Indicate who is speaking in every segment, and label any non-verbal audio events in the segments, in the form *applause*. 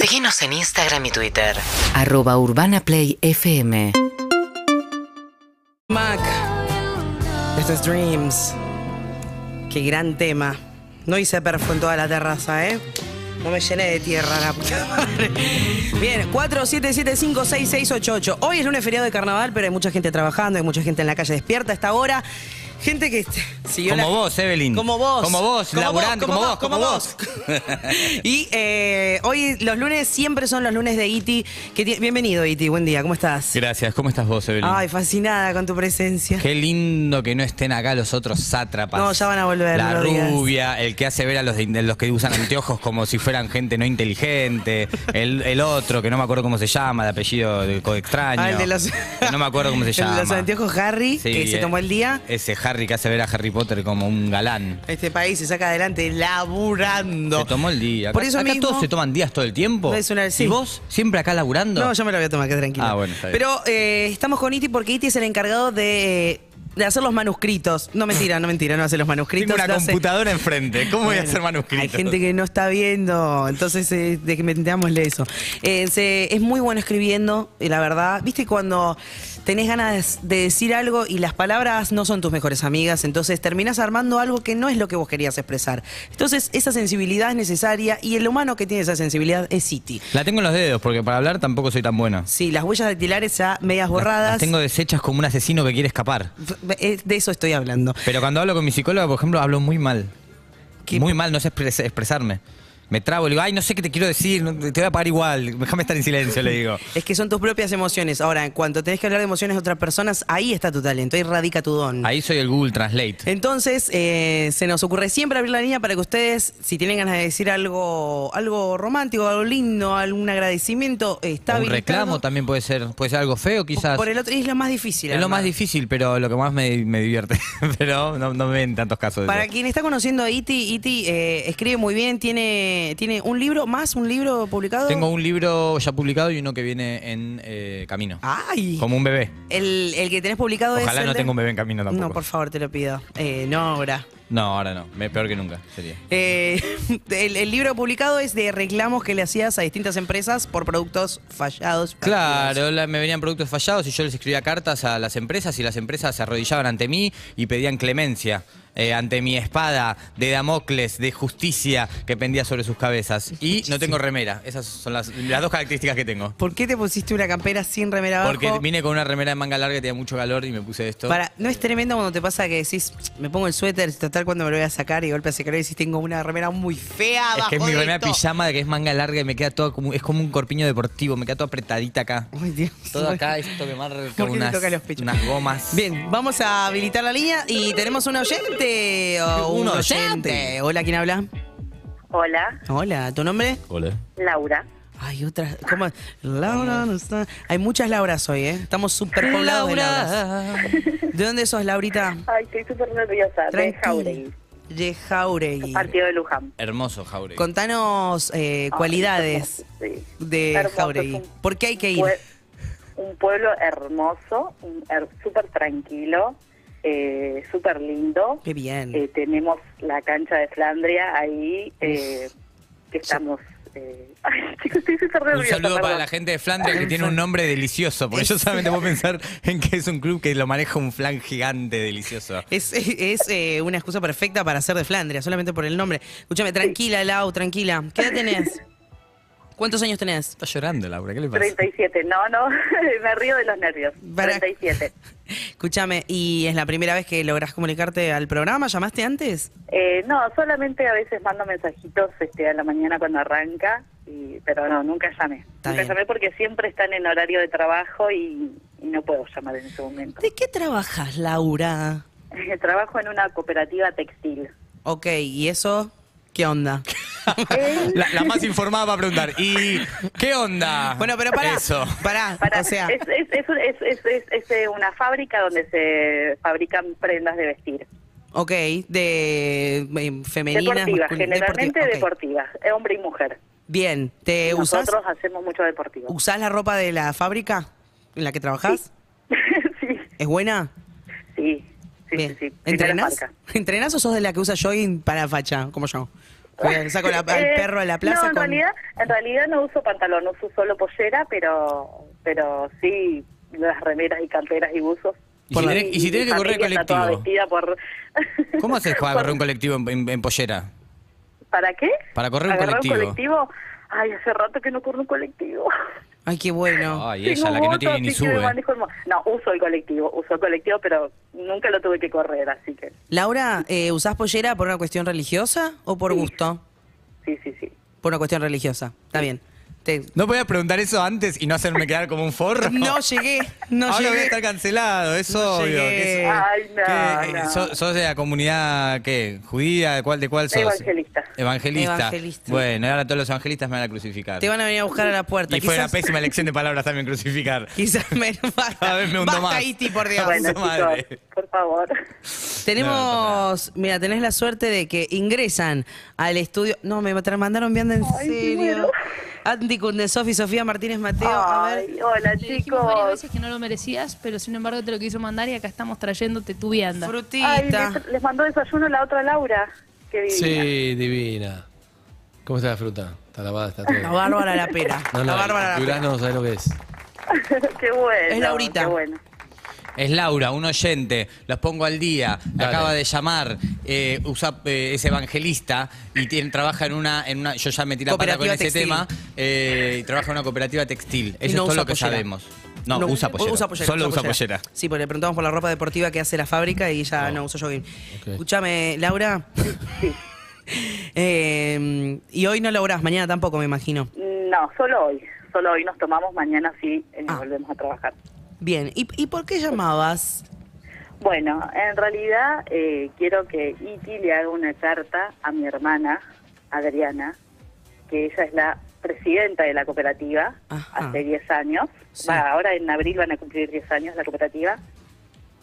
Speaker 1: Seguinos en Instagram y Twitter.
Speaker 2: Arroba Urbana Play FM.
Speaker 3: Mac, esto es Dreams. Qué gran tema. No hice perfo en toda la terraza, ¿eh? No me llené de tierra, la puta madre. *laughs* Bien, 47756688. Hoy es lunes feriado de carnaval, pero hay mucha gente trabajando, hay mucha gente en la calle despierta a esta hora. Gente que este, siguió
Speaker 4: Como
Speaker 3: la-
Speaker 4: vos, Evelyn.
Speaker 3: Como vos.
Speaker 4: Como vos, laburando, como vos, como vos.
Speaker 3: *laughs* y eh, hoy los lunes siempre son los lunes de Iti. Que ti- Bienvenido, Iti. Buen día, ¿cómo estás?
Speaker 4: Gracias, ¿cómo estás vos, Evelyn?
Speaker 3: Ay, fascinada con tu presencia.
Speaker 4: Qué lindo que no estén acá los otros sátrapas.
Speaker 3: No, ya van a volver,
Speaker 4: La
Speaker 3: no lo digas.
Speaker 4: rubia, el que hace ver a los, de- los que usan anteojos como si fueran gente no inteligente. El, el otro, que no me acuerdo cómo se llama, de apellido de, co- extraño.
Speaker 3: Ah, el de los-
Speaker 4: Que no me acuerdo cómo se
Speaker 3: *laughs* el de
Speaker 4: llama. eh,
Speaker 3: los anteojos Harry, que se tomó el día.
Speaker 4: Ese Harry que hace ver a Harry Potter como un galán.
Speaker 3: Este país se saca adelante laburando.
Speaker 4: Se tomó el día.
Speaker 3: Por
Speaker 4: Acá-
Speaker 3: eso
Speaker 4: acá
Speaker 3: mismo-
Speaker 4: todos se toman días todo el tiempo.
Speaker 3: No, es una- sí.
Speaker 4: ¿Y vos siempre acá laburando?
Speaker 3: No, yo me lo voy a tomar, que tranquilo.
Speaker 4: Ah, bueno, está bien.
Speaker 3: Pero eh, estamos con Iti porque Iti es el encargado de, eh, de hacer los manuscritos. No, mentira, no, mentira, no hace los manuscritos.
Speaker 4: Tengo una
Speaker 3: lo hace-
Speaker 4: computadora enfrente. ¿Cómo voy a
Speaker 3: Bueno,
Speaker 4: hacer manuscritos?
Speaker 3: Hay gente que no está viendo, entonces eh, de que metámosle eso. Eh, se- es muy bueno escribiendo, y la verdad. Viste cuando tenés ganas de decir algo y las palabras no son tus mejores amigas, entonces terminás armando algo que no es lo que vos querías expresar. Entonces, esa sensibilidad es necesaria y el humano que tiene esa sensibilidad es City.
Speaker 4: La tengo en los dedos, porque para hablar tampoco soy tan bueno.
Speaker 3: Sí, las huellas dactilares ya medias borradas.
Speaker 4: Las, las tengo deshechas como un asesino que quiere escapar.
Speaker 3: Eh, De eso estoy hablando.
Speaker 4: Pero cuando hablo con mi psicóloga, por ejemplo, hablo muy mal.
Speaker 3: ¿Qué?
Speaker 4: Muy mal, no sé expres- expresarme. Me trabo, le digo, ay, no sé qué te quiero decir, no- te voy a pagar igual, déjame estar en silencio,
Speaker 3: *laughs*
Speaker 4: le digo.
Speaker 3: Es que son tus propias emociones. Ahora, en cuanto tenés que hablar de emociones de otras personas, ahí está tu talento, ahí radica tu don.
Speaker 4: Ahí soy el Google Translate.
Speaker 3: Entonces, eh, se nos ocurre siempre abrir la línea para que ustedes, si tienen ganas de decir algo, algo romántico, algo lindo, algún agradecimiento, eh, está
Speaker 4: un
Speaker 3: habilitado.
Speaker 4: reclamo también puede ser, puede ser algo feo quizás.
Speaker 3: Por el otro, y es lo más difícil.
Speaker 4: es lo
Speaker 3: además.
Speaker 4: más difícil, pero lo que más me, me divierte. *laughs* pero no, no me ven tantos casos de
Speaker 3: Para
Speaker 4: eso.
Speaker 3: quien está conociendo a Iti, Iti eh, escribe muy bien, tiene, tiene un libro, más un libro publicado.
Speaker 4: Tengo un libro ya publicado y uno que viene en eh, camino.
Speaker 3: Ah, ¡Ay!
Speaker 4: Como un bebé.
Speaker 3: El, el que tenés publicado es.
Speaker 4: Ojalá
Speaker 3: el
Speaker 4: no
Speaker 3: de-
Speaker 4: tenga un bebé en camino tampoco.
Speaker 3: No, por favor, te lo pido. Eh, no, ahora.
Speaker 4: No, ahora no. Me- Peor que nunca sería.
Speaker 3: Eh, *laughs* el, el libro publicado es de reclamos que le hacías a distintas empresas por productos fallados.
Speaker 4: Claro, la- me venían productos fallados y yo les escribía cartas a las empresas y las empresas se arrodillaban ante mí y pedían clemencia eh, ante mi espada de Damocles, de justicia que pendía sobre sus cabezas. Y no tengo remera. Esas son las, las dos características que tengo.
Speaker 3: ¿Por qué te pusiste una campera sin remera abajo?
Speaker 4: Porque vine con una remera de manga larga que tenía mucho calor y me puse esto.
Speaker 3: Para, ¿No es tremendo cuando te pasa que decís, me pongo el suéter, total cuando me lo voy a sacar y de golpe hace calor y decís, tengo una remera muy fea
Speaker 4: es
Speaker 3: abajo
Speaker 4: que es mi
Speaker 3: de
Speaker 4: remera
Speaker 3: esto"?
Speaker 4: pijama de que es manga larga y me queda todo como, es como un corpiño deportivo, me queda todo apretadita acá.
Speaker 3: Ay, Dios.
Speaker 4: Todo acá, esto que marca
Speaker 3: ¿Por qué te
Speaker 4: unas,
Speaker 3: toca los pechos?
Speaker 4: unas gomas.
Speaker 3: Bien, vamos a habilitar la línea y tenemos un oyente. o
Speaker 4: *laughs* Un
Speaker 3: un
Speaker 4: oyente.
Speaker 3: oyente. Hola, ¿quién habla?
Speaker 5: Hola,
Speaker 3: Hola, ¿tu nombre?
Speaker 6: Hola.
Speaker 5: Laura.
Speaker 3: Hay otras. ¿Cómo? Laura no está. Hay muchas Lauras hoy, ¿eh? Estamos súper poblados de Lauras. ¿De dónde sos, Laurita?
Speaker 5: Ay, estoy súper nerviosa. De
Speaker 3: Tranquila.
Speaker 5: Jauregui,
Speaker 3: De Jauregui.
Speaker 5: partido de Luján.
Speaker 4: Hermoso, Jauregui.
Speaker 3: Contanos eh,
Speaker 5: Ay,
Speaker 3: cualidades
Speaker 5: hermoso, sí.
Speaker 3: de
Speaker 5: Hermoso,
Speaker 3: Jauregui.
Speaker 5: es un
Speaker 3: ¿Por qué hay que ir?
Speaker 5: pue- Un pueblo hermoso, un her- súper tranquilo, eh, súper lindo.
Speaker 3: Qué bien.
Speaker 5: Eh, tenemos la cancha de Flandria ahí, eh, que estamos... eh, *laughs* Ay, chicos, estoy súper
Speaker 4: Un
Speaker 5: nerviosa.
Speaker 4: saludo para
Speaker 5: perdón.
Speaker 4: la gente de Flandria que tiene un nombre delicioso, porque yo solamente puedo pensar en que es un club que lo maneja un flan gigante delicioso.
Speaker 3: Es, es, eh, una excusa perfecta para ser de Flandria, solamente por el nombre. Escúchame, tranquila, Lau, tranquila. ¿Qué edad tenés? ¿Cuántos años tenés?
Speaker 4: Está llorando, Laura, ¿qué le pasa?
Speaker 5: 37, no, no, *laughs* me río de los nervios.
Speaker 3: Para-
Speaker 5: 37.
Speaker 3: Escúchame, ¿y es la primera vez que lográs comunicarte al programa? ¿Llamaste antes?
Speaker 5: Eh, no, solamente a veces mando mensajitos este, a la mañana cuando arranca, y, pero no, nunca llamé.
Speaker 3: Está
Speaker 5: nunca
Speaker 3: bien.
Speaker 5: llamé porque siempre están en horario de trabajo y, y no puedo llamar en ese momento.
Speaker 3: ¿De qué trabajas, Laura?
Speaker 5: *laughs* Trabajo en una cooperativa textil.
Speaker 3: Ok, ¿y eso qué onda?
Speaker 5: Eh,
Speaker 4: La, la más informada va a preguntar, ¿y qué onda?
Speaker 3: Bueno, pero pará,
Speaker 4: Ah, Eso.
Speaker 3: pará,
Speaker 5: para-
Speaker 3: o sea,
Speaker 5: es, es- es un- es- es- es- es, eh, una fábrica donde se fabrican prendas de vestir.
Speaker 3: ok, de eh, femeninas,
Speaker 5: deportivas,
Speaker 3: masculinas,
Speaker 5: generalmente
Speaker 3: ok.
Speaker 5: deportivas, eh, hombre y mujer.
Speaker 3: Bien, ¿te usás,
Speaker 5: Nosotros hacemos mucho deportivo.
Speaker 3: usás la ropa de la fábrica en la que trabajás?
Speaker 5: sí, *laughs*
Speaker 3: ¿Es buena?
Speaker 5: sí, sí,
Speaker 3: Bien.
Speaker 5: sí, sí. Primera
Speaker 3: ¿Entrenás?
Speaker 5: marca. *laughs*
Speaker 3: ¿Entrenás o sos de la que usa jogging para facha, como yo? Bien, saco la- al
Speaker 5: Eh,
Speaker 3: perro de la plaza
Speaker 5: No, en
Speaker 3: con-
Speaker 5: realidad, en realidad no uso pantalón, uso solo pollera, pero, pero sí las remeras y camperas y buzos.
Speaker 4: Y si tenés- y si tenés
Speaker 5: mi
Speaker 4: que correr
Speaker 5: familia está toda
Speaker 4: colectivo.
Speaker 5: vestida por-
Speaker 4: ¿Cómo haces para
Speaker 5: por-
Speaker 4: correr un colectivo en, en- en pollera?
Speaker 5: *laughs* ¿Para qué?
Speaker 4: Para correr un
Speaker 5: ¿Agarrar
Speaker 4: colectivo.
Speaker 5: colectivo? Ay, hace rato que no corro un colectivo.
Speaker 3: Ay, qué bueno.
Speaker 4: Ay, ella,
Speaker 5: Tengo
Speaker 4: la que no
Speaker 5: moto,
Speaker 4: tiene ni
Speaker 5: así que me
Speaker 4: sube.
Speaker 5: manejo el mo- No, uso el colectivo, uso el colectivo, pero nunca lo tuve que correr, así que
Speaker 3: Laura, eh, ¿usás pollera por una cuestión religiosa o por
Speaker 5: Sí.
Speaker 3: gusto?
Speaker 5: sí, sí, sí.
Speaker 3: Por una cuestión religiosa. Está bien. Te-
Speaker 4: ¿No podías preguntar eso antes y no hacerme quedar como un forro?
Speaker 3: No llegué, no
Speaker 4: *laughs* Ahora voy a
Speaker 3: llegué.
Speaker 4: estar cancelado, es
Speaker 3: No
Speaker 4: obvio.
Speaker 3: llegué.
Speaker 4: que es-
Speaker 5: Ay, no,
Speaker 4: que, eh,
Speaker 5: no.
Speaker 4: so- ¿Sos de la comunidad qué? ¿Judía? ¿De cuál, de cuál
Speaker 3: *laughs*
Speaker 4: sos?
Speaker 5: Evangelista.
Speaker 4: Evangelista.
Speaker 3: Evangelista.
Speaker 4: Bueno, ahora todos los evangelistas me van a crucificar.
Speaker 3: Te van a venir a buscar a la puerta.
Speaker 4: y fue una
Speaker 3: Quizás-
Speaker 4: pésima elección de palabras
Speaker 3: *laughs*
Speaker 4: también crucificar.
Speaker 3: Quizás me
Speaker 4: *laughs*
Speaker 3: basta.
Speaker 4: Cada vez me hundo
Speaker 3: basta,
Speaker 4: más.
Speaker 3: Iti, por Dios.
Speaker 5: Bueno,
Speaker 4: su madre.
Speaker 5: chicos, por favor.
Speaker 3: Tenemos, mira, tenés la suerte de que ingresan al estudio. No, me tra- mandaron vianda en
Speaker 5: Ay,
Speaker 3: serio.
Speaker 5: muero.
Speaker 3: Andy Kundesoff y Sofía Martínez Mateo. a ver.
Speaker 5: Ay, hola,
Speaker 6: Le dijimos varias
Speaker 5: chicos.
Speaker 6: veces que no lo merecías, pero sin embargo te lo quiso mandar y acá estamos trayéndote tu vianda.
Speaker 5: Ay,
Speaker 3: Frutita.
Speaker 5: les, les mandó desayuno la otra Laura. Qué divina.
Speaker 7: Sí, divina. ¿Cómo está la fruta? Está lavada, está todo.
Speaker 3: La Bárbara la pera.
Speaker 7: No,
Speaker 3: la
Speaker 7: no,
Speaker 3: Bárbara la pera.
Speaker 7: Durano, ¿sabes lo que es?
Speaker 5: *laughs* qué bueno.
Speaker 3: Es Laurita.
Speaker 5: Qué bueno.
Speaker 4: Es Laura, un oyente, los pongo al día, me
Speaker 7: Dale.
Speaker 4: acaba de llamar, eh, usa- eh, es evangelista y tiene- trabaja en una, en una, yo ya metí la pata con
Speaker 3: Cooperativa
Speaker 4: ese
Speaker 3: textil.
Speaker 4: tema, eh, y trabaja en una cooperativa textil. Eso
Speaker 3: Y no
Speaker 4: es todo
Speaker 3: usa
Speaker 4: lo que
Speaker 3: pollera.
Speaker 4: sabemos. No, usa pollera. Solo usa pollera.
Speaker 3: Sí, porque le preguntamos por la ropa deportiva que hace la fábrica y ya no, usa jogging.
Speaker 7: Ok.
Speaker 3: Escúchame, Laura. *laughs*
Speaker 5: Sí.
Speaker 3: Eh, y hoy no laburás, mañana tampoco, me imagino.
Speaker 5: No, solo hoy. Solo hoy nos tomamos, mañana sí eh,
Speaker 3: Ah.
Speaker 5: volvemos a trabajar.
Speaker 3: Bien, ¿y, y por qué llamabas?
Speaker 5: Bueno, en realidad eh, quiero que Iti le haga una carta a mi hermana, Adriana, que ella es la presidenta de la cooperativa
Speaker 3: Ajá.
Speaker 5: hace 10 años.
Speaker 3: Sí.
Speaker 5: Va, ahora en abril van a cumplir 10 años la cooperativa.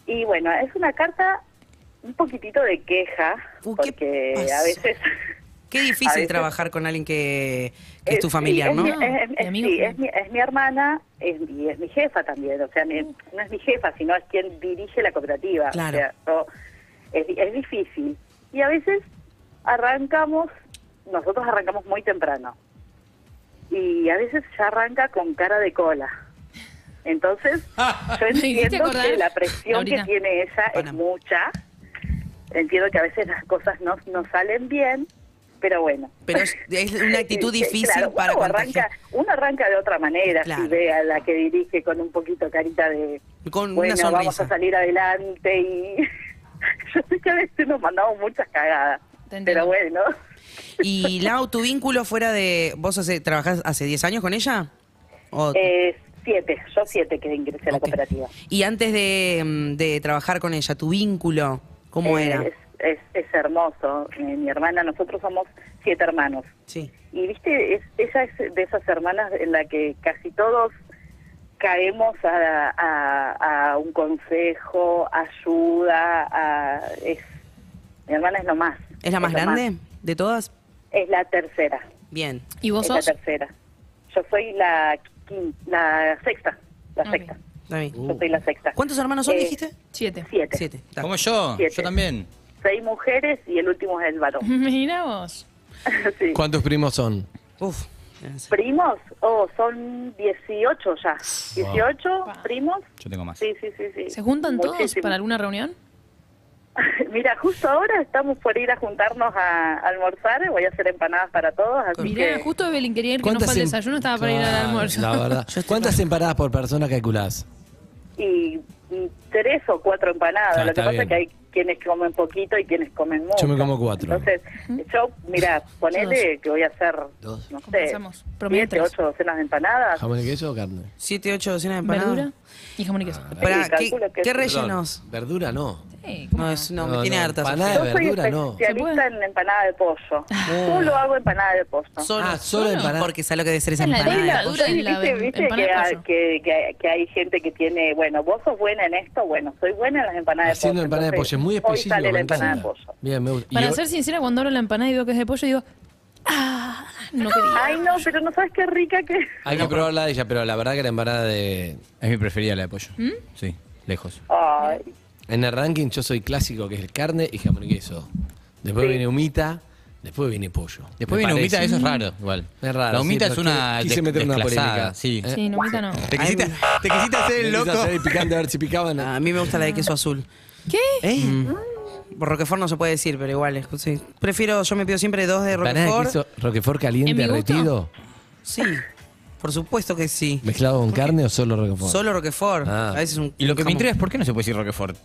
Speaker 5: Y bueno, es una carta un poquitito de queja,
Speaker 3: Uh, ¿qué
Speaker 5: porque a
Speaker 3: pasó?
Speaker 5: veces...
Speaker 3: Qué
Speaker 5: A
Speaker 3: difícil
Speaker 5: veces-
Speaker 3: trabajar con alguien que, que
Speaker 5: Eh,
Speaker 3: es tu familiar,
Speaker 5: sí,
Speaker 3: ¿no?
Speaker 5: Es mi, es- es-
Speaker 6: Mi amigo
Speaker 5: sí,
Speaker 6: también.
Speaker 5: es mi, es mi hermana es, y es mi jefa también. O sea, mi-
Speaker 6: Mm.
Speaker 5: no es mi jefa, sino es quien dirige la cooperativa.
Speaker 3: Claro.
Speaker 5: O sea, yo- es, di- es difícil. Y a veces arrancamos, nosotros arrancamos muy temprano. Y a veces ya arranca con cara de cola.
Speaker 3: *laughs*
Speaker 5: Entonces, yo
Speaker 6: Me hiciste
Speaker 5: entiendo
Speaker 6: acordar,
Speaker 5: que la presión
Speaker 6: Laurita.
Speaker 5: que tiene ella
Speaker 3: Bueno.
Speaker 5: es mucha. Entiendo que a veces las cosas no, no salen bien, pero bueno.
Speaker 3: Pero es,
Speaker 5: *laughs*
Speaker 3: es una actitud
Speaker 5: Sí, sí,
Speaker 3: difícil
Speaker 5: claro,
Speaker 3: para
Speaker 5: uno
Speaker 3: contagiar.
Speaker 5: arranca, uno arranca de otra manera,
Speaker 3: Claro.
Speaker 5: si ve a la que dirige con un poquito carita de
Speaker 3: Con una
Speaker 5: bueno, vamos
Speaker 3: sonrisa".
Speaker 5: a salir adelante y *laughs* yo sé que a veces nos mandamos muchas cagadas,
Speaker 6: Te
Speaker 5: pero
Speaker 6: entiendo.
Speaker 5: bueno,
Speaker 3: Y Lau, tu vínculo fuera de. ¿Vos hace, trabajás hace 10 años con ella? ¿O-
Speaker 5: eh, siete, yo siete que ingresé a la
Speaker 3: ok.
Speaker 5: cooperativa.
Speaker 3: Y antes de, mm, de trabajar con ella, tu vínculo, ¿cómo
Speaker 5: Eh,
Speaker 3: era?
Speaker 5: Es, es, es hermoso, Eh, mi hermana, nosotros somos siete hermanos.
Speaker 3: Sí.
Speaker 5: Y viste, es- ella es de esas hermanas en la que casi todos caemos a, a- a un consejo, ayuda, a, es, mi hermana es lo más.
Speaker 3: ¿Es la más
Speaker 5: lo
Speaker 3: grande de todas?
Speaker 5: Es la tercera,
Speaker 3: Bien.
Speaker 6: ¿Y vos
Speaker 5: es
Speaker 6: sos?
Speaker 5: la tercera. Yo soy la, quin- la sexta, la
Speaker 6: Ok.
Speaker 5: sexta,
Speaker 3: está bien.
Speaker 5: yo soy la sexta.
Speaker 3: ¿Cuántos hermanos son,
Speaker 5: Uh, Eh,
Speaker 3: dijiste?
Speaker 6: Siete.
Speaker 5: Siete.
Speaker 3: Siete. está.
Speaker 4: Como yo,
Speaker 5: Siete.
Speaker 4: yo también.
Speaker 5: Seis mujeres y el último es el
Speaker 6: *laughs*
Speaker 5: varón. *laughs*
Speaker 6: Mira vos.
Speaker 5: Sí.
Speaker 7: ¿Cuántos primos son?
Speaker 3: Uf.
Speaker 5: ¿Primos? Oh, son 18 ya. 18
Speaker 6: Wow.
Speaker 5: primos.
Speaker 4: Yo tengo más.
Speaker 5: Sí, sí, sí, sí.
Speaker 6: ¿Se juntan todos
Speaker 5: Muchísimo.
Speaker 6: para alguna reunión?
Speaker 5: *laughs* Mira, justo ahora estamos por ir a juntarnos a almorzar. Voy a hacer empanadas para todos, así
Speaker 6: Mirá,
Speaker 5: que
Speaker 6: justo Evelyn quería ir que no fue al
Speaker 7: em-
Speaker 6: desayuno, estaba para ir al
Speaker 7: Claro,
Speaker 6: almuerzo.
Speaker 7: La verdad. ¿Cuántas empanadas por persona calculás?
Speaker 5: y, y tres o cuatro empanadas.
Speaker 7: Ah,
Speaker 5: Lo que
Speaker 7: está
Speaker 5: pasa
Speaker 7: bien.
Speaker 5: es que hay quienes comen poquito y quienes comen mucho.
Speaker 7: Yo me como cuatro.
Speaker 5: Entonces, yo, mira, ponele que voy a hacer,
Speaker 7: Dos.
Speaker 5: no sé,
Speaker 6: Compensamos. Promedio
Speaker 5: siete,
Speaker 6: tres.
Speaker 5: ocho docenas de empanadas.
Speaker 7: ¿Jamón y queso o carne?
Speaker 3: Siete, ocho docenas de empanadas.
Speaker 6: *laughs* Verdura
Speaker 7: Ah.
Speaker 6: y jamón y queso.
Speaker 3: Pará,
Speaker 5: Sí,
Speaker 3: ¿qué,
Speaker 5: calculo que-
Speaker 3: qué
Speaker 5: Perdón.
Speaker 3: rellenos?
Speaker 7: Verdura no.
Speaker 6: Sí, ¿cómo
Speaker 3: No,
Speaker 6: no?
Speaker 3: es, no, me
Speaker 7: No,
Speaker 3: tiene
Speaker 7: no,
Speaker 3: harta. Sofía.
Speaker 7: empanada.
Speaker 5: Yo soy
Speaker 7: Ah, verdura, no.
Speaker 5: especialista en empanada de pollo. Solo hago empanada de pollo.
Speaker 3: Solo,
Speaker 7: Ah, solo empanada.
Speaker 3: Porque sabes lo que debe ser esa
Speaker 6: Es la
Speaker 3: empanada.
Speaker 6: de la
Speaker 3: de pollo.
Speaker 6: dura.
Speaker 5: Sí,
Speaker 6: en la
Speaker 5: viste,
Speaker 6: em-
Speaker 5: viste que,
Speaker 6: empanada de
Speaker 5: hay- que, que- que hay gente que tiene, bueno, vos sos buena en esto, bueno, soy buena en las empanadas
Speaker 7: Haciendo
Speaker 5: de pollo.
Speaker 7: empanada de pollo,
Speaker 5: entonces,
Speaker 7: es muy específico.
Speaker 5: Hoy sale
Speaker 7: me
Speaker 5: la empanada de
Speaker 7: encanta.
Speaker 5: pollo.
Speaker 7: Bien, me gusta. Y
Speaker 6: Para
Speaker 7: hoy-
Speaker 6: ser sincera, cuando abro la empanada y veo que es de pollo, digo, ah, no quería.
Speaker 5: Ay, no, pero no sabes qué rica que...
Speaker 7: Hay que probarla de ella, pero la verdad que la empanada de...
Speaker 4: Es mi preferida la de pollo.
Speaker 7: ¿Mm?
Speaker 4: Sí, lejos.
Speaker 5: Ay,
Speaker 7: En el ranking yo soy clásico, que es carne y jamón y queso. Después viene humita, Después viene pollo.
Speaker 4: Después
Speaker 7: Me
Speaker 4: viene humita, eso
Speaker 7: parece.
Speaker 4: es raro, igual.
Speaker 7: Es raro,
Speaker 4: La humita
Speaker 7: sí,
Speaker 4: es
Speaker 7: pero
Speaker 4: una.
Speaker 7: quise
Speaker 4: des-
Speaker 7: meter una
Speaker 4: desclasada,
Speaker 7: polémica.
Speaker 4: Sí.
Speaker 7: ¿Eh?
Speaker 6: Sí, no, ahorita no.
Speaker 4: ¿Te, quisiste, te quisiste hacer el
Speaker 7: Me quise
Speaker 4: loco.
Speaker 7: hacer el picante a ver si
Speaker 3: *laughs*
Speaker 7: picaban.
Speaker 3: Ah, A mí me gusta la de queso azul.
Speaker 6: ¿Qué?
Speaker 3: ¿Eh? Por Roquefort no se puede decir, pero igual. es- sí. Prefiero, yo me pido siempre dos de
Speaker 7: Empanada de
Speaker 3: Roquefort.
Speaker 7: queso Roquefort caliente
Speaker 6: ¿En mi gusto?
Speaker 7: derretido,
Speaker 3: Sí, por supuesto que sí.
Speaker 7: mezclado con carne o solo Roquefort.
Speaker 3: Solo Roquefort.
Speaker 7: Ah.
Speaker 3: A veces un,
Speaker 4: Y lo que me
Speaker 3: jamón.
Speaker 4: intriga es por qué no se puede decir Roquefort.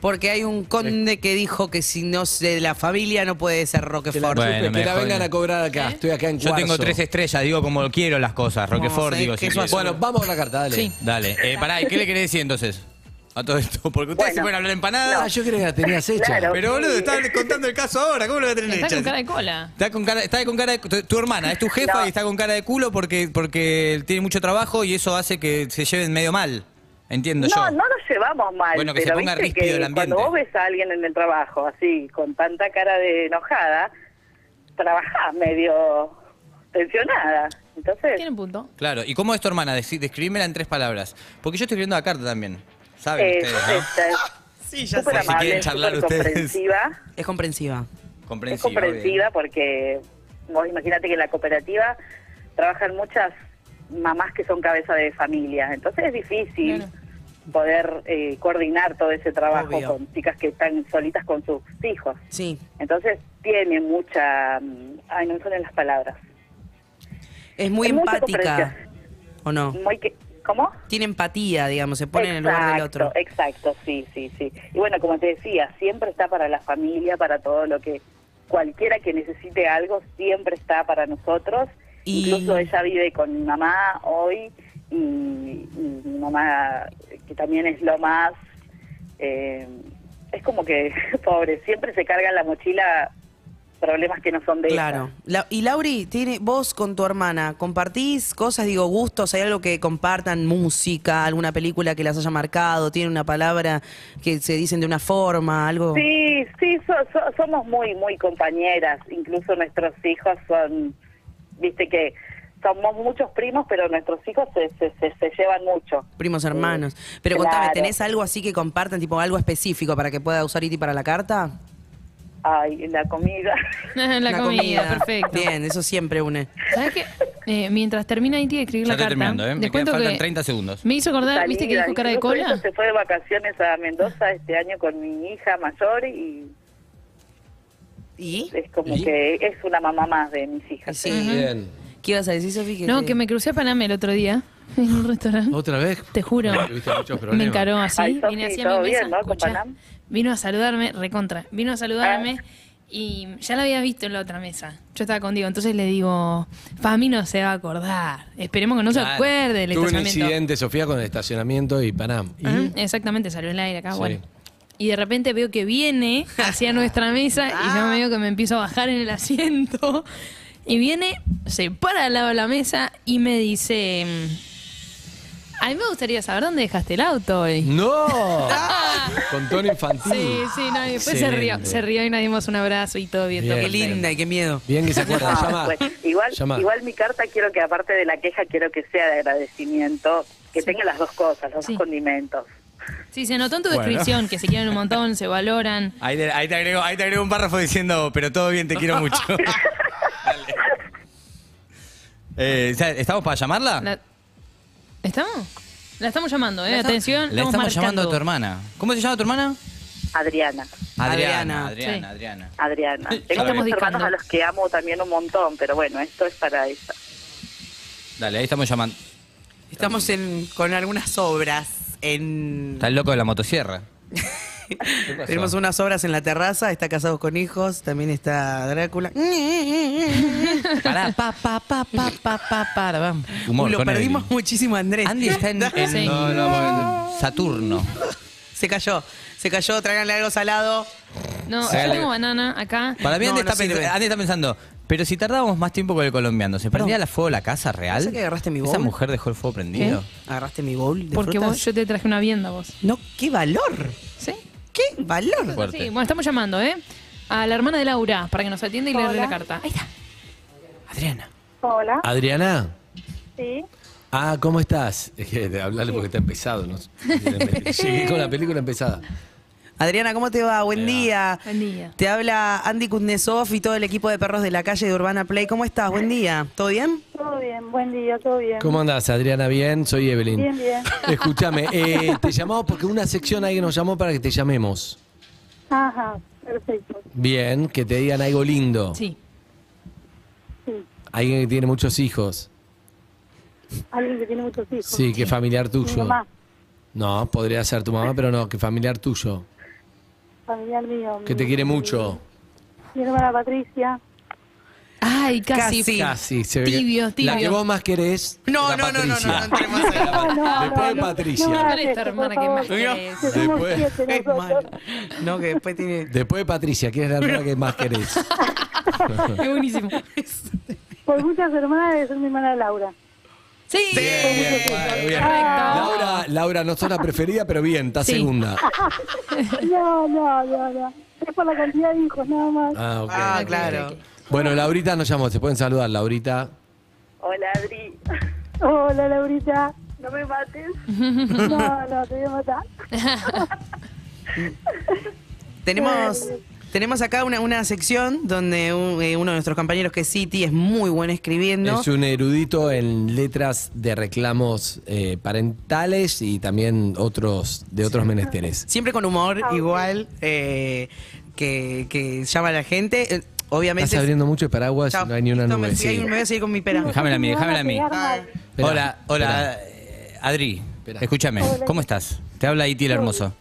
Speaker 3: Porque hay un conde que dijo que si no se la familia no puede ser
Speaker 7: Que la,
Speaker 3: Roquefort.
Speaker 4: Bueno,
Speaker 7: chupe,
Speaker 4: me
Speaker 7: que la
Speaker 4: dejó
Speaker 7: vengan
Speaker 4: bien.
Speaker 7: a cobrar acá.
Speaker 6: ¿Eh?
Speaker 7: Estoy acá en
Speaker 4: Yo
Speaker 7: Cuarzo.
Speaker 4: tengo tres estrellas, digo como quiero las cosas. Roquefort,
Speaker 3: sí,
Speaker 4: digo, si
Speaker 3: queso
Speaker 4: quieres.
Speaker 3: azul.
Speaker 7: Bueno, vamos a la carta, dale.
Speaker 6: Sí.
Speaker 4: Dale, eh, pará, ¿y qué le querés decir entonces? A todo esto, porque ustedes
Speaker 5: Bueno.
Speaker 4: se pueden hablar
Speaker 7: Ah,
Speaker 4: empanadas.
Speaker 7: yo creo que la tenías hecha.
Speaker 5: Claro.
Speaker 4: Pero boludo, estás contando el caso ahora, ¿cómo lo voy a tener
Speaker 6: Está
Speaker 4: hecha?
Speaker 6: con cara de cola.
Speaker 4: Está con cara, está con cara de, tu, tu hermana, es tu jefa
Speaker 5: No.
Speaker 4: y está con cara de culo porque, porque tiene mucho trabajo y eso hace que se lleven medio mal. Entiendo
Speaker 5: No,
Speaker 4: yo.
Speaker 5: no nos llevamos mal,
Speaker 4: Bueno, que se
Speaker 5: pero
Speaker 4: ponga
Speaker 5: viste
Speaker 4: ríspido
Speaker 5: que
Speaker 4: el ambiente.
Speaker 5: cuando vos ves a alguien en el trabajo así, con tanta cara de enojada, trabajás medio tensionada. Entonces,
Speaker 6: Tiene un punto.
Speaker 4: Claro, ¿y cómo es tu hermana? Deci- Describímela en tres palabras. Porque yo estoy escribiendo la carta también. ¿Saben
Speaker 5: es,
Speaker 4: ustedes, no?
Speaker 5: eh, esta es
Speaker 4: Sí,
Speaker 5: súper
Speaker 4: Si
Speaker 5: amable,
Speaker 4: quieren charlar
Speaker 5: súper
Speaker 4: ustedes.
Speaker 5: comprensiva.
Speaker 3: Es comprensiva.
Speaker 5: Es
Speaker 4: Comprensiva.
Speaker 5: comprensiva porque vos imaginate que en la cooperativa trabajan muchas mamás que son cabeza de familia, entonces es difícil
Speaker 6: Claro. *laughs*
Speaker 5: poder eh, coordinar todo ese trabajo
Speaker 3: Obvio.
Speaker 5: con chicas que están solitas con sus hijos.
Speaker 3: Sí.
Speaker 5: Entonces tiene mucha... mm, Ay, no me salen las palabras.
Speaker 3: Es muy
Speaker 5: Hay mucha
Speaker 3: empática.
Speaker 5: comprensión.
Speaker 3: ¿O no?
Speaker 5: Muy que, ¿Cómo?
Speaker 3: Tiene empatía, digamos, se pone en el lugar del otro.
Speaker 5: Exacto, sí, sí, sí. Y bueno, como te decía, siempre está para la familia, para todo lo que cualquiera que necesite algo, siempre está para nosotros.
Speaker 3: Y-
Speaker 5: Incluso ella vive con mi mamá hoy y, y mi mamá, que también es lo más... eh, es como que, *laughs* pobre, siempre se carga en la mochila problemas que no son de ella.
Speaker 3: Claro. La- y Lauri, tiene, vos con tu hermana, ¿compartís cosas, digo, gustos? ¿Hay algo que compartan? ¿Música? ¿Alguna película que las haya marcado? ¿Tiene una palabra que se dicen de una forma? ¿Algo?
Speaker 5: Sí, sí, so- so- somos muy, muy compañeras. Incluso nuestros hijos son, viste que somos muchos primos, pero nuestros hijos se, se, se- se llevan mucho.
Speaker 3: Primos hermanos. Pero
Speaker 5: Claro.
Speaker 3: contame, ¿tenés algo así que compartan, tipo algo específico para que pueda usar Iti para la carta?
Speaker 5: Ay, la comida.
Speaker 6: la,
Speaker 3: Una
Speaker 6: comida, perfecto.
Speaker 3: Bien, eso siempre une.
Speaker 6: ¿Sabes qué? Eh, mientras termina Inti de escribir
Speaker 4: Ya
Speaker 6: la
Speaker 4: estoy
Speaker 6: carta.
Speaker 4: terminando, ¿eh? Me
Speaker 6: les cuento
Speaker 4: quedan- faltan
Speaker 6: que
Speaker 4: 30 segundos.
Speaker 6: Me hizo acordar, Ah, ¿viste que
Speaker 5: Salida,
Speaker 6: dijo cara de
Speaker 5: incluso
Speaker 6: cola?
Speaker 5: ella Se fue de vacaciones a Mendoza este año con mi hija mayor y
Speaker 3: ¿Y?
Speaker 5: es como
Speaker 7: ¿Y?
Speaker 5: que es una mamá más de mis hijas.
Speaker 3: Sí.
Speaker 7: Bien.
Speaker 3: ¿Qué ibas a decir, Sofi?
Speaker 6: No,
Speaker 3: te-
Speaker 6: que me crucé a Panamá el otro día *laughs* en un restaurante.
Speaker 7: ¿Otra vez?
Speaker 6: Te juro.
Speaker 7: Tuviste muchos problemas.
Speaker 6: Me encaró así.
Speaker 5: Ay, Sofi,
Speaker 6: vine hacia
Speaker 5: todo
Speaker 6: mi mesa.
Speaker 5: bien, ¿no? Con
Speaker 6: escuchá,
Speaker 5: Panam.
Speaker 6: vino a saludarme, recontra. Vino a saludarme
Speaker 5: Ah.
Speaker 6: y ya la había visto en la otra mesa. Yo estaba contigo. Entonces le digo, Fami no se va a acordar. Esperemos que no se
Speaker 4: Claro.
Speaker 6: acuerde del
Speaker 7: Tuve un
Speaker 6: estacionamiento.
Speaker 7: incidente, Sofía, con el estacionamiento y Panam. Y-
Speaker 6: Ajá, Exactamente, salió el aire acá.
Speaker 7: Sí.
Speaker 6: Ah, Bueno. Y de repente veo que viene hacia *laughs* nuestra mesa y yo veo que me empiezo a bajar en el asiento. Y viene, se para al lado de la mesa y me dice: mm, A mí me gustaría saber dónde dejaste el auto hoy.
Speaker 4: Mm.
Speaker 7: ¡No! con tono
Speaker 6: Ah.
Speaker 7: infantil.
Speaker 6: Sí, sí, no, y después se rió,
Speaker 7: Excelente.
Speaker 6: se rió y nos dimos un abrazo y todo bien. todo
Speaker 7: Bien.
Speaker 3: Qué
Speaker 6: perfecto.
Speaker 3: linda y qué miedo.
Speaker 7: Bien que se acuerda.
Speaker 6: Ah,
Speaker 5: No,
Speaker 7: Llama.
Speaker 5: pues, igual,
Speaker 7: Llama.
Speaker 5: igual mi carta quiero que aparte de la queja, quiero que sea de agradecimiento, que tenga las dos cosas, los
Speaker 6: Sí.
Speaker 5: dos condimentos.
Speaker 6: Sí, se notó en tu
Speaker 4: Bueno.
Speaker 6: descripción que se quieren un montón, se valoran.
Speaker 4: Ahí te, ahí te agrego, ahí te agrego un párrafo diciendo, pero todo bien, te
Speaker 5: *laughs*
Speaker 4: quiero mucho. *laughs* Dale. Eh, ¿sabes- ¿Estamos para llamarla?
Speaker 6: La- ¿Estamos? La estamos llamando, ¿eh? Atención,
Speaker 4: La estamos llamando a tu
Speaker 6: marcando.
Speaker 4: hermana. ¿Cómo se llama tu hermana?
Speaker 5: Adriana.
Speaker 3: Adriana.
Speaker 4: Adriana. Adriana,
Speaker 6: Sí.
Speaker 4: Adriana.
Speaker 5: Adriana. Tengo
Speaker 6: estamos
Speaker 5: muchos hermanos
Speaker 6: discando.
Speaker 5: a los que amo también un montón, pero bueno, esto es para ella.
Speaker 4: Dale, ahí estamos llamando.
Speaker 3: Estamos en, con algunas obras. En,
Speaker 4: Está el loco de la
Speaker 6: *laughs*
Speaker 4: motosierra. pasó?
Speaker 3: tenemos unas obras en la terraza. Está Casados con Hijos. También está Drácula.
Speaker 4: Pará, pa, pa, pa, pa, pa, pa, para, vamos. Humor,
Speaker 3: Uy, lo
Speaker 4: con Evelyn.
Speaker 3: perdimos muchísimo, Andrés.
Speaker 4: Andy está en, en-
Speaker 6: Sí.
Speaker 4: no, no, bueno, Saturno.
Speaker 3: Se cayó. Se cayó. Tráiganle algo salado.
Speaker 6: No,
Speaker 4: Sale.
Speaker 6: yo tengo banana acá.
Speaker 4: Para mí
Speaker 3: No,
Speaker 4: Andy,
Speaker 3: no
Speaker 4: está pens-
Speaker 3: sirve.
Speaker 4: Andy está pensando, pero si tardábamos más tiempo con el colombiano, ¿se prendía la fuego la casa real?
Speaker 3: ¿Pensá que agarraste mi
Speaker 4: ¿Esa
Speaker 3: bowl?
Speaker 4: mujer dejó el fuego prendido?
Speaker 3: Agarraste mi bowl de
Speaker 6: Porque
Speaker 3: frutas.
Speaker 6: vos, yo te traje una vienda vos.
Speaker 3: No, qué valor.
Speaker 6: ¿Sí?
Speaker 3: Qué valor.
Speaker 4: Fuerte.
Speaker 6: Sí, bueno, estamos llamando, ¿eh? A la hermana de Laura para que nos atienda y leerle la carta. Ahí está.
Speaker 4: Adriana.
Speaker 6: ¿ah?
Speaker 5: Hola,
Speaker 7: Adriana.
Speaker 5: sí.
Speaker 7: Ah, ¿cómo *laughs* estás? Es que de hablarle porque está empezado, ¿no? Llegué con la película empezada.
Speaker 3: Adriana, ¿cómo te va? Buen día.
Speaker 6: Buen día.
Speaker 3: Te habla Andy Kuznetsov y todo el equipo de perros de la calle de Urbana Play. ¿Cómo estás? Buen día. ¿Todo bien?
Speaker 8: Todo bien, buen día, todo bien.
Speaker 7: ¿Cómo andás, Adriana? Bien, soy Evelyn.
Speaker 8: Bien, bien.
Speaker 7: Escúchame, eh, te llamamos porque una sección ahí nos llamó para que te llamemos.
Speaker 8: Ajá, perfecto.
Speaker 7: Bien, que te digan algo lindo.
Speaker 6: Sí.
Speaker 8: Sí,
Speaker 7: Alguien que tiene muchos hijos.
Speaker 8: alguien que tiene muchos hijos.
Speaker 7: Sí, que familiar
Speaker 8: Mi
Speaker 7: tuyo.
Speaker 8: mamá,
Speaker 7: No, podría ser tu mamá, pero no, que familiar tuyo.
Speaker 8: familiar mío.
Speaker 7: Que te
Speaker 8: mi-
Speaker 7: quiere mucho.
Speaker 8: Mi hermana Patricia.
Speaker 6: Ay, casi.
Speaker 3: Casi.
Speaker 7: Casi, se ve. que-
Speaker 6: Tibio,
Speaker 7: La que
Speaker 6: tibio.
Speaker 7: vos más querés.
Speaker 3: No,
Speaker 7: es
Speaker 3: no,
Speaker 7: la
Speaker 3: no, no, no, no,
Speaker 7: Patricia.
Speaker 3: entremos en la-
Speaker 8: No, no,
Speaker 7: Después de
Speaker 8: no, no,
Speaker 7: Patricia.
Speaker 8: no
Speaker 7: ¿Cuál
Speaker 8: hagas
Speaker 6: es tu
Speaker 8: esto,
Speaker 6: hermana
Speaker 8: por
Speaker 6: que más
Speaker 8: favor,
Speaker 6: querés?
Speaker 8: que somos
Speaker 7: Después-
Speaker 8: siete
Speaker 3: Es
Speaker 8: nosotros.
Speaker 3: malo. No, que después tiene.
Speaker 7: Después de Patricia, ¿quién es la hermana que
Speaker 3: *laughs*
Speaker 7: más querés?
Speaker 6: Qué buenísimo.
Speaker 8: Por muchas hermanas debe ser mi hermana Laura.
Speaker 6: Sí.
Speaker 7: Bueno, bien.
Speaker 6: Correcto.
Speaker 7: Laura, Laura, no sos la preferida, pero bien, está
Speaker 6: Sí.
Speaker 3: *laughs*
Speaker 7: segunda.
Speaker 3: Ah,
Speaker 8: No, no, no, no. Es por la cantidad de hijos, nada más.
Speaker 7: Ah, ok.
Speaker 3: Ah, claro.
Speaker 7: Bueno, Laurita nos llamó, se pueden saludar, Laurita.
Speaker 5: Hola, Adri.
Speaker 8: Hola, Laurita.
Speaker 5: No me mates.
Speaker 8: No, no, te voy a matar.
Speaker 3: Tenemos, tenemos acá una, una sección donde un- eh, uno de nuestros compañeros que es City es muy bueno escribiendo.
Speaker 7: Es un erudito en letras de reclamos eh, parentales y también otros de otros menesteres.
Speaker 3: Siempre con humor,
Speaker 6: Ah,
Speaker 3: igual, eh, que, que llama a la gente. Eh, Obviamente.
Speaker 7: Estás abriendo mucho el paraguas,
Speaker 3: Chao.
Speaker 7: no hay ni una
Speaker 3: Listo, me fui,
Speaker 7: nube. sí.
Speaker 3: ahí me voy a seguir con mi pera.
Speaker 6: *laughs*
Speaker 4: Déjamela a mí, déjamela a mí.
Speaker 7: Esperá,
Speaker 4: hola, hola, eh, Adri.
Speaker 7: Esperá.
Speaker 4: Escúchame, ¿cómo estás? Te habla Iti el hermoso.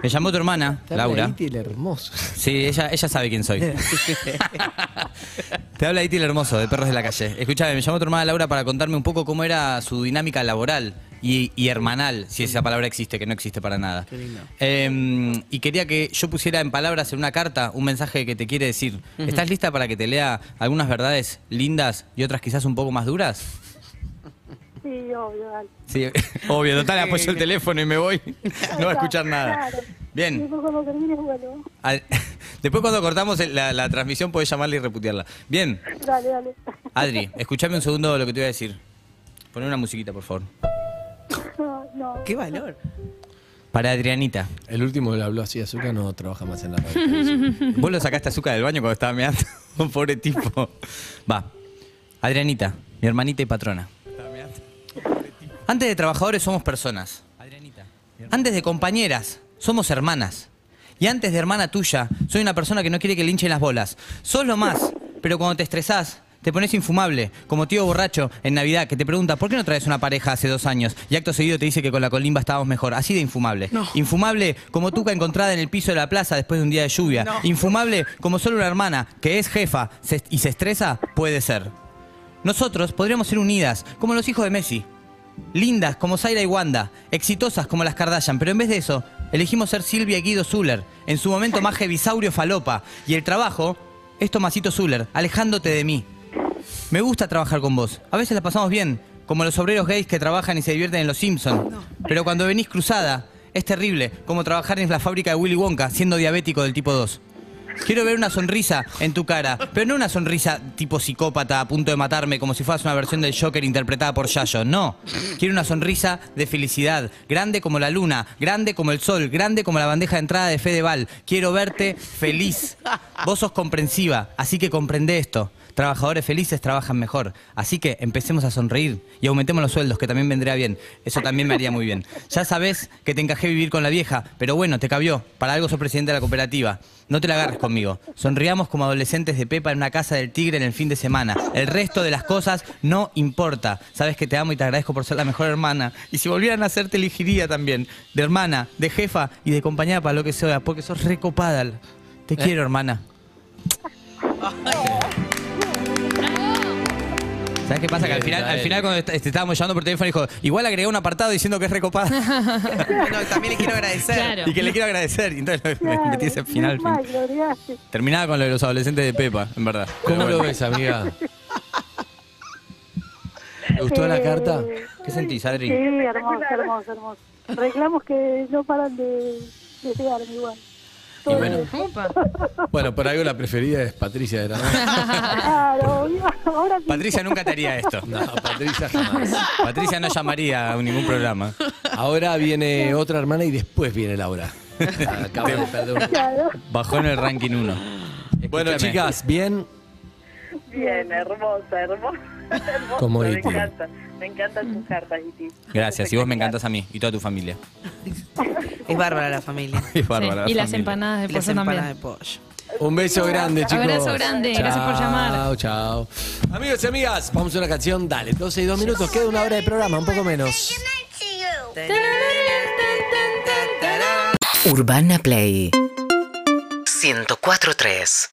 Speaker 4: Me llamó tu hermana,
Speaker 7: Está
Speaker 4: Laura.
Speaker 7: Laurita y el hermoso.
Speaker 4: Sí, ella, ella sabe quién soy. Te habla Iti el hermoso, de Perros de la Calle. Escúchame, me llamó tu hermana Laura para contarme un poco cómo era su dinámica laboral y, y hermanal, si esa palabra existe, que no existe para nada. Eh, y quería que yo pusiera en palabras, en una carta, un mensaje que te quiere decir. ¿Estás lista para que te lea algunas verdades lindas y otras quizás un poco más duras?
Speaker 8: Sí, obvio, dale.
Speaker 4: Sí, *laughs* obvio, total, apoyo el teléfono y me voy. No va a escuchar nada.
Speaker 8: Claro. Y
Speaker 4: Bien.
Speaker 8: después cuando termines, vuelvo.
Speaker 4: Al- *laughs* Después cuando cortamos el- la, la transmisión podés llamarla y reputearla. Bien,
Speaker 8: Dale, dale.
Speaker 4: Adri, escúchame un segundo lo que te voy a decir. Poné una musiquita, por favor.
Speaker 8: No, no.
Speaker 3: Qué valor.
Speaker 4: Para Adrianita.
Speaker 7: El último que le habló así, Azúcar no trabaja más en la radio.
Speaker 3: *laughs*
Speaker 4: Vos lo sacaste azúcar del baño cuando estaba meando. *laughs* Pobre tipo. Va. Adrianita, mi hermanita y patrona. Antes de trabajadores somos personas. Antes de compañeras somos hermanas. Y antes de hermana tuya, soy una persona que no quiere que le hinchen las bolas. Sos lo más, pero cuando te estresás, te pones infumable, como tío borracho en Navidad que te pregunta por qué no traes una pareja hace dos años y acto seguido te dice que con la colimba estábamos mejor. Así de infumable. Infumable como tuca encontrada en el piso de la plaza después de un día de lluvia. Infumable como solo una hermana que es jefa se- y se estresa, puede ser. Nosotros podríamos ser unidas, como los hijos de Messi. Lindas como Zaira y Wanda, exitosas como las Kardashian, pero en vez de eso, elegimos ser Silvia y Guido Zuller, en su momento más Gevisaurio Falopa, y el trabajo es Tomasito Zuller, alejándote de mí. Me gusta trabajar con vos, a veces la pasamos bien, como los obreros gays que trabajan y se divierten en Los Simpsons, pero cuando venís cruzada, es terrible, como trabajar en la fábrica de Willy Wonka siendo diabético del tipo 2. Quiero ver una sonrisa en tu cara, pero no una sonrisa tipo psicópata a punto de matarme como si fueras una versión del Joker interpretada por Yayo, no. Quiero una sonrisa de felicidad, grande como la luna, grande como el sol, grande como la bandeja de entrada de Fedeval. Quiero verte feliz. Vos sos comprensiva, así que comprende esto. Trabajadores felices trabajan mejor, así que empecemos a sonreír y aumentemos los sueldos, que también vendría bien. Eso también me haría muy bien. Ya sabes que te encajé vivir con la vieja, pero bueno, te cabió. Para algo sos presidente de la cooperativa. No te la agarres conmigo. Sonriamos como adolescentes de Pepa en una casa del tigre en el fin de semana. El resto de las cosas no importa. Sabes que te amo y te agradezco por ser la mejor hermana. Y si volvieran a ser, te elegiría también. De hermana, de jefa y de compañera para lo que sea, porque sos recopada. Te quiero, hermana. ¿Sabes qué pasa? Que al final, al final cuando est- te estábamos llamando por teléfono, dijo, igual agregué un apartado diciendo que es
Speaker 6: *laughs*
Speaker 4: recopada
Speaker 3: Bueno, también le quiero agradecer.
Speaker 6: Claro.
Speaker 4: y que le quiero agradecer. Y entonces me
Speaker 8: Claro,
Speaker 4: metí ese final.
Speaker 8: menos mal, lo agregaste.
Speaker 4: Terminaba con lo de los adolescentes de Pepa, en verdad.
Speaker 7: ¿Cómo
Speaker 4: Pero
Speaker 7: lo
Speaker 4: bueno.
Speaker 7: ves, amiga? ¿Te gustó la
Speaker 8: Eh,
Speaker 7: carta?
Speaker 4: ¿Qué sentís,
Speaker 8: Sí,
Speaker 4: Adri?
Speaker 8: hermoso, hermoso, hermoso. Reclamos que no paran de, de llegarme igual. Todo bien.
Speaker 6: Upa.
Speaker 7: Bueno, por algo la preferida es Patricia de *laughs*
Speaker 8: Claro, obvio. ahora sí.
Speaker 4: Patricia nunca te haría esto.
Speaker 7: No, Patricia jamás.
Speaker 4: Patricia no llamaría a ningún programa.
Speaker 7: Ahora viene otra hermana y después viene Laura. Acabo de perder un-
Speaker 8: Claro.
Speaker 4: Bajó en el ranking 1.
Speaker 7: Bueno, chicas, bien.
Speaker 5: Bien, hermosa, hermosa. hermosa,
Speaker 7: Como
Speaker 5: me
Speaker 7: Iti.
Speaker 5: encanta, me encantan tus cartas, Iti.
Speaker 4: Gracias, y vos me encantas a mí y toda tu familia.
Speaker 3: Es bárbara la familia.
Speaker 4: Es
Speaker 6: Sí,
Speaker 4: bárbara.
Speaker 6: y las
Speaker 4: familia.
Speaker 6: empanadas de
Speaker 3: Y las
Speaker 6: pollo
Speaker 3: empanadas
Speaker 6: también.
Speaker 3: de pollo.
Speaker 7: Un beso grande, chicos.
Speaker 6: Abrazo grande, gracias por llamar.
Speaker 7: Chao, chao. Amigos y amigas, vamos a una canción. Dale, 12 y 2 minutos. Queda una hora de programa, un poco menos.
Speaker 2: Urbana Play
Speaker 1: 104.3